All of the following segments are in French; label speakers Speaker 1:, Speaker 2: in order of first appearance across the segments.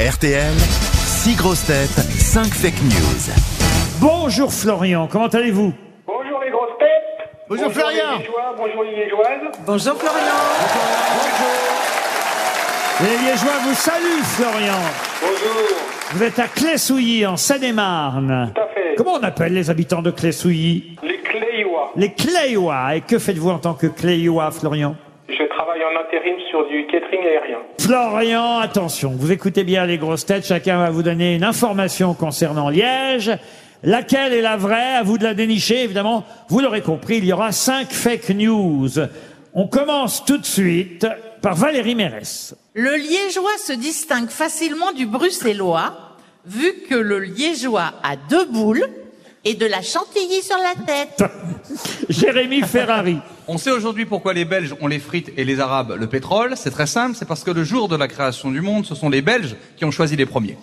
Speaker 1: RTL, 6 grosses têtes, 5 fake news.
Speaker 2: Bonjour Florian, comment allez-vous
Speaker 3: Bonjour les grosses têtes
Speaker 4: Bonjour Florian.
Speaker 3: les Liégeois, bonjour les Liégeoises
Speaker 5: Bonjour Florian.
Speaker 2: Les Liégeois vous saluent Florian
Speaker 3: Bonjour
Speaker 2: Vous êtes à Clé-Souilly, en Seine-et-Marne.
Speaker 3: Tout à fait.
Speaker 2: Comment on appelle les habitants de Clé-Souilly
Speaker 3: Les Cléiois
Speaker 2: Les Cléois. Et que faites-vous en tant que Cléois, Florian
Speaker 3: Je travaille en intérim sur du catering aérien.
Speaker 2: Florian, attention, vous écoutez bien les grosses têtes, chacun va vous donner une information concernant Liège. Laquelle est la vraie À vous de la dénicher, évidemment. Vous l'aurez compris, il y aura cinq fake news. On commence tout de suite par Valérie Mérès.
Speaker 5: Le liégeois se distingue facilement du bruxellois, vu que le liégeois a deux boules et de la chantilly sur la tête.
Speaker 2: Jérémy Ferrari.
Speaker 6: On sait aujourd'hui pourquoi les Belges ont les frites et les Arabes le pétrole. C'est très simple, c'est parce que le jour de la création du monde, ce sont les Belges qui ont choisi les premiers.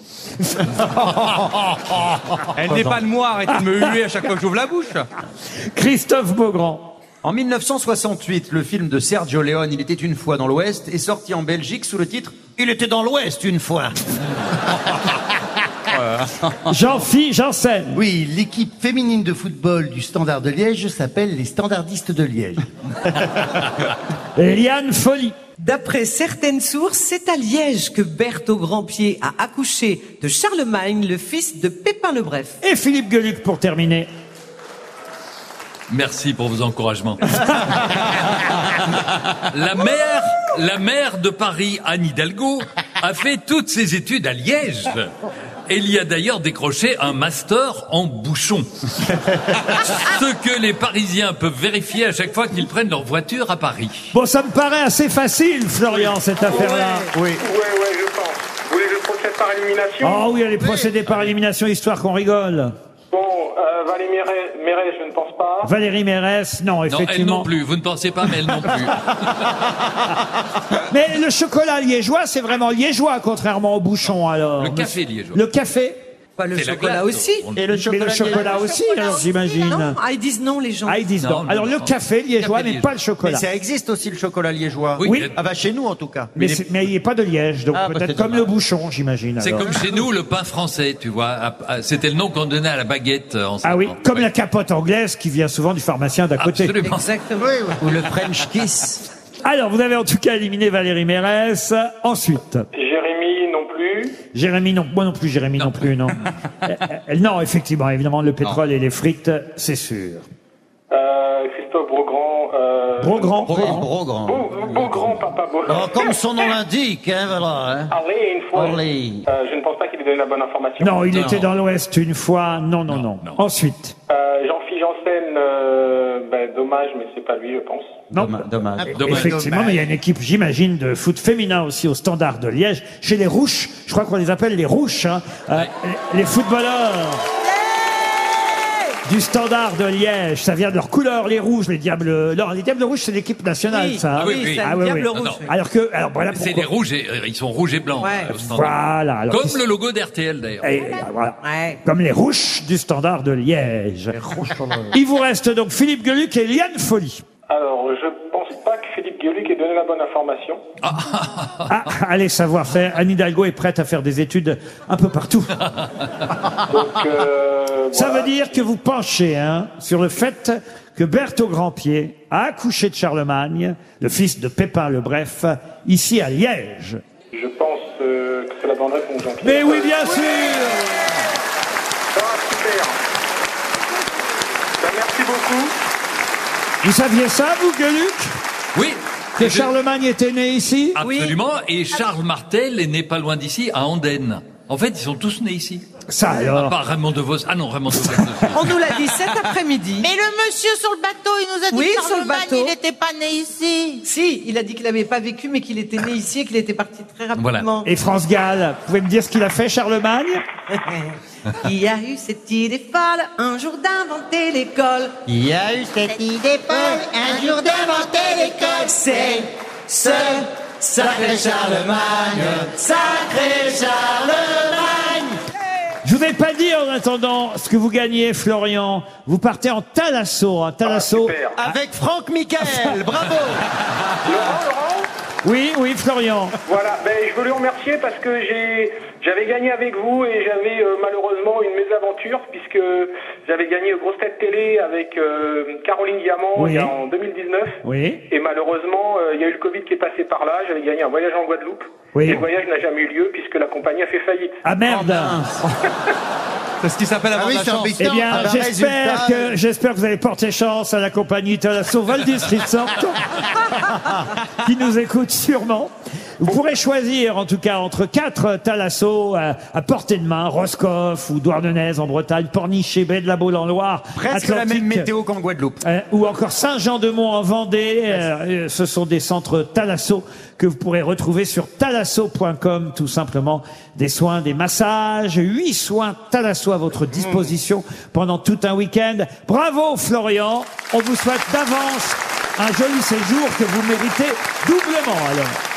Speaker 6: Elle n'est pas de moi, arrêtez de me huer à chaque fois que j'ouvre la bouche.
Speaker 2: Christophe Beaugrand.
Speaker 7: En 1968, le film de Sergio Leone, Il était une fois dans l'Ouest, est sorti en Belgique sous le titre Il était dans l'Ouest une fois.
Speaker 2: Jean-Philippe Janssen.
Speaker 4: Oui, l'équipe féminine de football du Standard de Liège s'appelle les Standardistes de Liège.
Speaker 2: Liane Folly.
Speaker 8: D'après certaines sources, c'est à Liège que Berthe au Grandpied a accouché de Charlemagne, le fils de Pépin le Bref.
Speaker 2: Et Philippe Gueluc pour terminer.
Speaker 9: Merci pour vos encouragements. la maire, la maire de Paris, Anne Hidalgo, a fait toutes ses études à Liège. Et il y a d'ailleurs décroché un master en bouchon. Ce que les Parisiens peuvent vérifier à chaque fois qu'ils prennent leur voiture à Paris.
Speaker 2: Bon, ça me paraît assez facile, Florian, cette affaire-là.
Speaker 3: Ouais, ouais, je pense. Vous voulez que je procède par élimination
Speaker 2: Oh oui, allez procéder par élimination, histoire qu'on rigole.
Speaker 3: Bon, euh, Valérie Mérez, Mérez, je ne pense pas.
Speaker 2: Valérie Mérès, non,
Speaker 9: Non, elle
Speaker 2: effectivement.
Speaker 9: non plus. Vous ne pensez pas, mais elle non plus.
Speaker 2: Mais le chocolat liégeois, c'est vraiment liégeois, contrairement au bouchon, alors.
Speaker 9: Le café liégeois.
Speaker 2: Le café
Speaker 8: Pas le
Speaker 9: C'est la
Speaker 8: chocolat
Speaker 9: glace,
Speaker 8: aussi.
Speaker 9: on-
Speaker 2: et le chocolat, le chocolat aussi, alors j'imagine.
Speaker 8: Non, ah, ils disent non les gens.
Speaker 2: Ah, ils disent
Speaker 9: Non,
Speaker 2: non.
Speaker 9: non,
Speaker 2: Alors
Speaker 9: non.
Speaker 2: le café liégeois,
Speaker 9: Café
Speaker 2: mais
Speaker 9: liégeois.
Speaker 2: pas le
Speaker 7: Mais
Speaker 2: chocolat.
Speaker 7: ça existe aussi le chocolat liégeois.
Speaker 9: Oui,
Speaker 2: Oui.
Speaker 7: Ah bah chez nous en tout cas.
Speaker 2: Mais c'est- mais il n'y a pas de liège, donc
Speaker 7: Ah, bah,
Speaker 2: peut-être
Speaker 7: c'est
Speaker 2: comme
Speaker 7: dommage.
Speaker 2: le bouchon, j'imagine.
Speaker 9: C'est
Speaker 2: alors.
Speaker 9: comme chez nous le pain français, tu vois. Ah, ah, C'était le nom qu'on donnait à la baguette euh, en
Speaker 2: Ah oui,
Speaker 9: septembre.
Speaker 2: comme la capote anglaise qui vient souvent du pharmacien d'à côté.
Speaker 9: Absolument.
Speaker 8: Exactement.
Speaker 7: Ou le French kiss.
Speaker 2: Alors, vous avez en tout cas éliminé Valérie Mérès. Ensuite,
Speaker 3: Jérémy non plus.
Speaker 2: Jérémy non, moi non plus, Jérémy non, plus, non. Euh, euh, non, effectivement, évidemment, le pétrole et les frites, c'est sûr.
Speaker 3: Euh, Christophe Beaugrand. Euh...
Speaker 2: Beaugrand.
Speaker 7: Brogran.
Speaker 3: Beau- Beaugrand, papa Beaugrand.
Speaker 7: Oh, comme son nom l'indique, hein, voilà. hein.
Speaker 3: Allez, une fois.
Speaker 7: Allez.
Speaker 3: Euh, je ne pense pas qu'il ait donné la bonne information.
Speaker 2: Non, il
Speaker 9: Non.
Speaker 2: était dans l'Ouest une fois. Non, non, non.
Speaker 9: non.
Speaker 2: Ensuite.
Speaker 3: Euh, Jean-Philippe Janssen, euh, ben, dommage, mais c'est pas lui, je pense.
Speaker 2: Non.
Speaker 7: Dommage. dommage.
Speaker 9: Dommage.
Speaker 2: Effectivement, mais il y a une équipe, j'imagine, de foot féminin aussi au standard de Liège. Chez les Rouches, je crois qu'on les appelle les Rouches, hein, euh, les- les footballeurs. Du standard de Liège, ça vient de leur couleur, les rouges, les diables. Non, les diables rouges, c'est l'équipe nationale,
Speaker 8: Oui.
Speaker 2: ça. hein.
Speaker 9: Ah oui, oui.
Speaker 8: c'est
Speaker 2: Ah
Speaker 8: le
Speaker 2: oui,
Speaker 8: diable
Speaker 2: oui.
Speaker 8: rouge.
Speaker 9: Non, non.
Speaker 8: oui.
Speaker 2: Alors que, alors voilà
Speaker 9: C'est
Speaker 2: pourquoi.
Speaker 9: les rouges et euh, ils sont rouges et blancs.
Speaker 8: Ouais.
Speaker 9: euh, au standard.
Speaker 2: Voilà. alors
Speaker 9: Comme
Speaker 2: qu'ils-
Speaker 9: le logo d'RTL d'ailleurs.
Speaker 2: Eh, voilà.
Speaker 8: Ouais.
Speaker 2: Comme les rouches du standard de Liège. Il vous reste donc Philippe Gueluc et Liane Folly.
Speaker 3: Alors, je pense pas que Philippe Gueluc ait donné la bonne information.
Speaker 2: Ah, allez savoir faire. Anne Hidalgo est prête à faire des études un peu partout.
Speaker 3: Donc, euh,
Speaker 2: Ça
Speaker 3: voilà.
Speaker 2: veut dire que vous penchez hein, sur le fait que Berthaud Grandpied a accouché de Charlemagne, le fils de Pépin le Bref, ici à Liège.
Speaker 3: Je pense euh, que c'est la bonne réponse. Donc,
Speaker 2: Mais oui, bien sûr
Speaker 3: Ah, super. Ben, merci beaucoup.
Speaker 2: Vous saviez ça, vous, Gueluc
Speaker 9: Oui.
Speaker 2: Que
Speaker 9: Et je-
Speaker 2: Charlemagne était né ici
Speaker 9: Absolument. Et
Speaker 2: Ah.
Speaker 9: Charles Martel est né pas loin d'ici, à Andenne. En fait, ils sont tous nés ici.
Speaker 2: Ça
Speaker 9: À
Speaker 2: alors
Speaker 9: part Raymond DeVos. Ah non, Raymond DeVos.
Speaker 8: On nous l'a dit cet après-midi.
Speaker 5: Mais le monsieur sur le bateau, il nous a dit
Speaker 8: Oui,
Speaker 5: que
Speaker 8: sur le
Speaker 5: Charlemagne,
Speaker 8: bateau.
Speaker 5: il n'était pas né ici.
Speaker 8: Si, il a dit qu'il n'avait pas vécu, mais qu'il était né ici et qu'il était parti très rapidement.
Speaker 2: Et France Gall, vous pouvez me dire ce qu'il a fait, Charlemagne
Speaker 8: Il y a eu cette idée folle un jour d'inventer l'école.
Speaker 7: Il y a eu cette idée
Speaker 8: un jour d'inventer l'école. C'est ce
Speaker 7: sacré Charlemagne, sacré Charlemagne.
Speaker 2: Je vous ai pas dit en attendant ce que vous gagnez, Florian. Vous partez en Thalasso, hein, Thalasso.
Speaker 3: Super.
Speaker 7: Avec Franck Michael, bravo.
Speaker 2: Ah.
Speaker 3: Laurent, Laurent
Speaker 2: Oui, oui, Florian.
Speaker 3: Voilà, ben, je voulais remercier parce que j'ai, j'avais gagné avec vous et j'avais euh, malheureusement une mésaventure puisque j'avais gagné aux grosses têtes télé avec euh, Caroline Diamant
Speaker 2: Oui.
Speaker 3: il y a- en 2019.
Speaker 2: Oui.
Speaker 3: Et malheureusement, euh, il y a eu le Covid qui est passé par là. J'avais gagné un voyage en Guadeloupe.
Speaker 2: Oui.
Speaker 3: Et le voyage n'a jamais eu lieu puisque la compagnie a fait faillite.
Speaker 2: Ah merde
Speaker 6: C'est ce qui s'appelle avoir
Speaker 4: oui,
Speaker 6: de la
Speaker 4: c'est
Speaker 6: chance.
Speaker 4: embêtant.
Speaker 2: Eh bien,
Speaker 7: ben,
Speaker 4: Ah bah,
Speaker 2: j'espère
Speaker 4: résultat,
Speaker 2: que j'espère que vous allez porter chance à la compagnie Talasso Valdis Resort, qui nous écoute sûrement. Vous pourrez choisir, en tout cas, entre quatre Talasso à, à portée de main, Roscoff ou Douarnenez en Bretagne, Pornichet, Baie de la Baule en Loire,
Speaker 7: Presque la même
Speaker 2: Atlantique,
Speaker 7: météo qu'en Guadeloupe.
Speaker 2: euh, ou encore Saint-Jean-de-Mont en Vendée. Euh, euh, ce sont des centres Thalasso que vous pourrez retrouver sur thalasso.com, tout simplement. Des soins, des massages, huit soins Thalasso à votre disposition pendant tout un week-end. Bravo Florian, on vous souhaite d'avance un joli séjour que vous méritez doublement alors.